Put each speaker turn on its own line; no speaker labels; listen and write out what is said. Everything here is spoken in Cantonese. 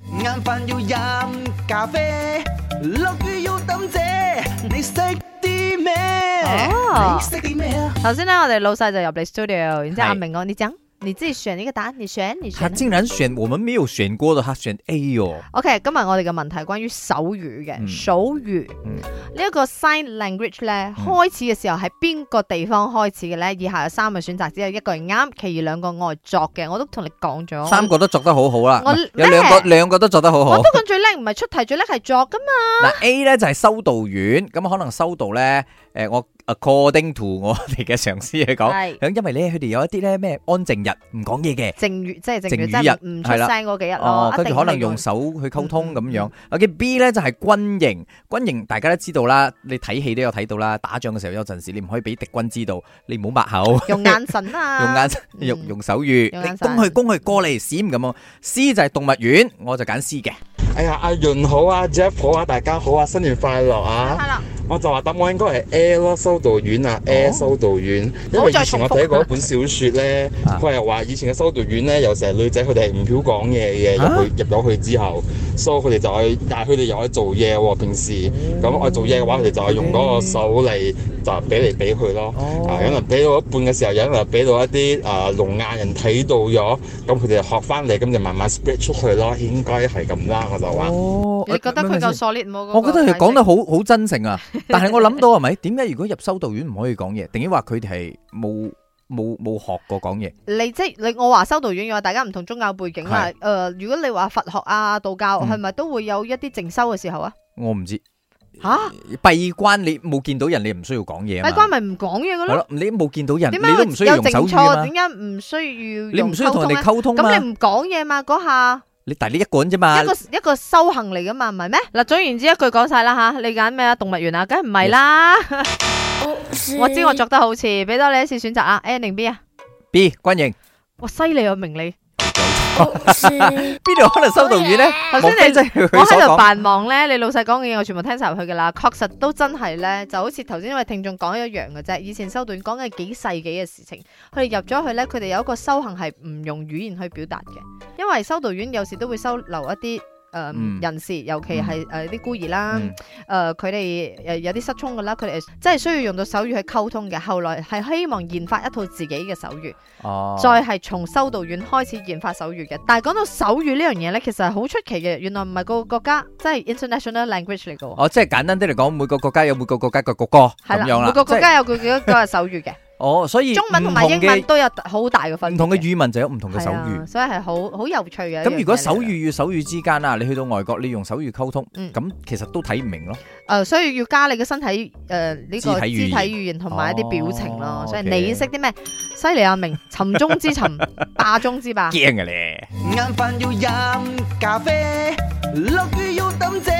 晏飯要飲咖啡，落雨要抌遮，你識啲咩？
哦
你識啲咩啊？
头先咧，我哋老細就入嚟 studio，然之后阿
係
明講：你講，你自己選呢個答案，你選，你
他
選。
竟然选我们没有选过的，他选 A 哦。
OK，今日我哋嘅問題關於手語嘅
嗯
手語
嗯
呢一個 sign language 咧，開始嘅時候係邊個地方開始嘅咧？以下有三個選擇，只有一個係啱，其餘兩個我係作嘅，我都同你講咗。
三個都作得好好啦
我，
有兩個
咩
兩個都作得好
我
好
都。講最叻唔係出題，最叻係作噶嘛。
嗱 A 咧就係修道院，咁可能修道咧，誒我 according to 我哋嘅上司去 講，
係
咁因為咧佢哋有一啲咧咩安靜日唔講嘢嘅，
靜語，即係靜
靜
語，
語
即係
日
唔唔出
係啦
聲嗰幾日
哦
咯。，
跟
一
住
定
可能
係
用
用
手去溝通
嗯
咁
嗯
樣。OK B 咧就係軍營，軍營大家都知道啦，你睇戲都有睇到啦，打仗嘅時候有陣時你唔可以俾敵軍知道，你唔好抹口。
用眼神啊，
用眼
嗯
用用手語，
用
你
眼
攻
神
去攻去過嚟閃咁啊！C 就係動物園，我就揀 C 嘅。
哎呀，阿潤好啊，Jeff 好啊，大家好啊，新年快樂啊！
係啦。
我就話答案應該係 A 咯，修道院啊，A 修道院。因為以前我睇過一本小説咧，
啊
佢係話以前嘅修道院咧，有時係女仔佢哋係唔曉講嘢嘅，入去入咗去之後，所以佢哋就係，但係佢哋又可以做嘢喎。平時咁我做嘢嘅話，佢哋就係用嗰個手嚟就俾嚟俾佢咯。啊，有人俾到一半嘅時候，有人俾到一啲啊聾啞人睇到咗，咁佢哋就學翻嚟，咁就慢慢 spread 出去咯。應該係咁啦，我就話。
哦
你覺得佢夠
夠？
solid 冇？
我覺得佢講得好好真誠啊！但係我諗到係咪？點解如果入修道院唔可以講嘢？定抑話佢哋係冇冇冇學過講嘢？
你即係你我話修道院嘅話，大家唔同宗教背景啦。誒、如果你話佛學啊、道教，
嗯
係咪、都會有一啲靜修嘅時候啊？
我唔知。
嚇、
閉關你冇見到人，你唔需要講嘢啊
閉關
嘛。
咪唔講嘢嘅
係
咯？
咯，你冇見到人，你
點解
都唔需要
有
用手
靜
語
坐？
啊嘛
點。解唔需要
你
用
唔需要同人
溝
哋溝通
通咧？咁
嘛？
你唔講嘢嘛？嗰下
你但係你一個人啫嘛
一。個一個修行嚟噶嘛，唔係咩？嗱，總言之一句講晒啦吓，你揀咩啊？動物園啊，梗係唔係啦。 我知我作得好似，俾多你一次選擇啊，A 定 B 啊？
B 軍營
哇，犀利啊，明你！
邊度可能修道院咧？
頭
莫
先
非
你
真係佢
我
所
喺度
講。
扮忙咧，你老細講嘅嘢我全部聽晒入去噶啦，確實都真係咧，就好似頭先因為聽眾講一樣嘅啫。以前修道院講嘅幾世紀嘅事情，佢哋入咗去咧，佢哋有一個修行係唔用語言去表達嘅，因為修道院有時都會收留一啲。誒、
嗯
人士，尤其係誒啲孤兒啦，
嗯
誒佢哋誒有啲失聰嘅啦，佢哋呃真係需要用到手語去溝通嘅。後來係希望研發一套自己嘅手語。
哦
再係從修道院開始研發手語嘅。但係講到手語呢樣嘢咧，其實係好出奇嘅，原來唔係個個國家，即係 international language 嚟嘅喎。
哦，即係簡單啲嚟講，每個國家有每個國家嘅國歌
係
咁
啦，
樣
每
啦。
個國
即係
家有佢幾多個係手 語嘅，
哦，所以
中文同埋
唔同
英文
嘅
都有好大嘅分別嘅。
唔同嘅語文就有唔同嘅
係
手
啊
語。
所以係好好有趣嘅。
咁如果手語與手語之間啊，你去到外國，你用手語溝通，
嗯
咁其實都睇唔明咯。
誒，呃所以要加你嘅身體誒呢個
肢體
肢
語
體
言
語言同埋一啲表情
哦
咯。所以
OK
你識啲咩？犀利啊，明沉中之 沉，霸中之霸。
驚嘅咧。
晏飯要飲咖啡，落雨要抌遮，